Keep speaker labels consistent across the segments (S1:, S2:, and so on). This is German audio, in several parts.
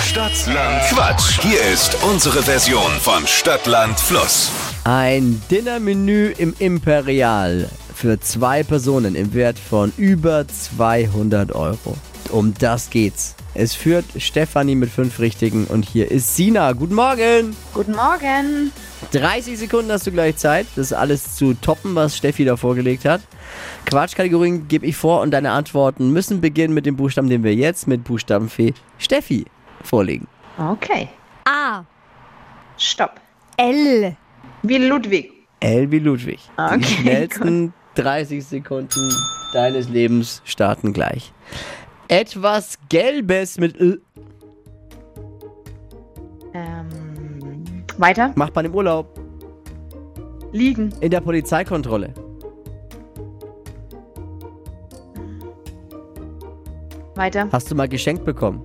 S1: Stadtland Quatsch. Hier ist unsere Version von Stadtland Fluss.
S2: Ein Dinnermenü im Imperial für zwei Personen im Wert von über 200 Euro. Um das geht's. Es führt Stefanie mit fünf Richtigen und hier ist Sina. Guten Morgen.
S3: Guten Morgen.
S2: 30 Sekunden hast du gleich Zeit, das alles zu toppen, was Steffi da vorgelegt hat. Quatschkategorien gebe ich vor und deine Antworten müssen beginnen mit dem Buchstaben, den wir jetzt mit Buchstabenfee Steffi vorlegen.
S3: Okay.
S4: A.
S3: Stopp.
S4: L.
S3: Wie Ludwig.
S2: Elvi Ludwig. die
S3: Okay,
S2: schnellsten 30 Sekunden deines Lebens starten gleich. Etwas Gelbes mit Ö
S3: Ähm, weiter.
S2: macht man im Urlaub,
S3: Liegen.
S2: in der Polizeikontrolle.
S3: Weiter.
S2: Hast du mal geschenkt bekommen?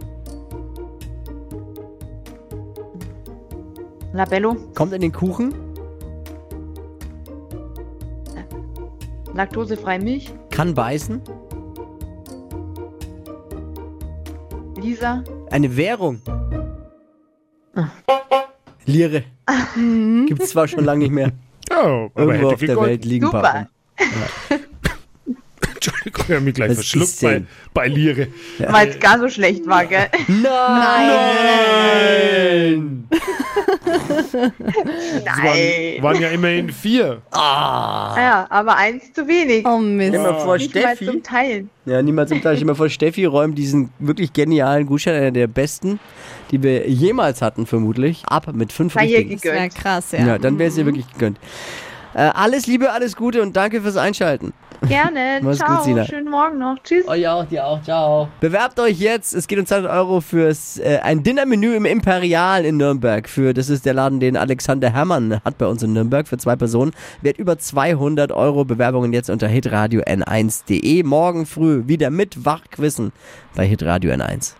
S3: Labello.
S2: Kommt in den Kuchen?
S3: Laktosefreie Milch.
S2: Kann beißen?
S3: Lisa.
S2: Eine Währung. Lire.
S3: Mhm.
S2: Gibt's zwar schon lange nicht mehr.
S5: Oh, aber
S2: Irgendwo
S5: hätte
S2: auf
S5: viel
S2: der
S5: Gold.
S2: Welt liegen
S3: Super.
S2: Pappen.
S5: Entschuldigung, ich habe mich gleich
S2: Was ist
S5: verschluckt bei,
S2: denn?
S5: bei Liere.
S3: Weil es gar so schlecht war, gell?
S2: Nein!
S5: Waren, waren ja immerhin vier.
S3: Ja, aber eins zu wenig.
S4: Oh Mist.
S2: Immer vor
S3: Nicht mal zum Teilen.
S2: Ja, niemals im Teil. Immer vor Steffi räumt diesen wirklich genialen Gutschein, einer der besten, die wir jemals hatten, vermutlich, ab mit fünf
S3: Sei ihr
S2: Richtigen.
S4: Das wäre
S3: gegönnt.
S4: krass, ja.
S2: Ja, dann wäre es ihr wirklich gegönnt. Äh, alles Liebe, alles Gute und danke fürs Einschalten.
S3: Gerne.
S2: Mach's gut,
S3: Ciao.
S2: Sina.
S3: Schönen Morgen noch. Tschüss.
S2: Euch auch, dir auch, ciao. Bewerbt euch jetzt, es geht um 200 Euro fürs äh, ein Dinnermenü im Imperial in Nürnberg. Für Das ist der Laden, den Alexander Herrmann hat bei uns in Nürnberg für zwei Personen. Wert über 200 Euro. Bewerbungen jetzt unter hitradio n1.de. Morgen früh wieder mit Wachquissen bei hitradio n1.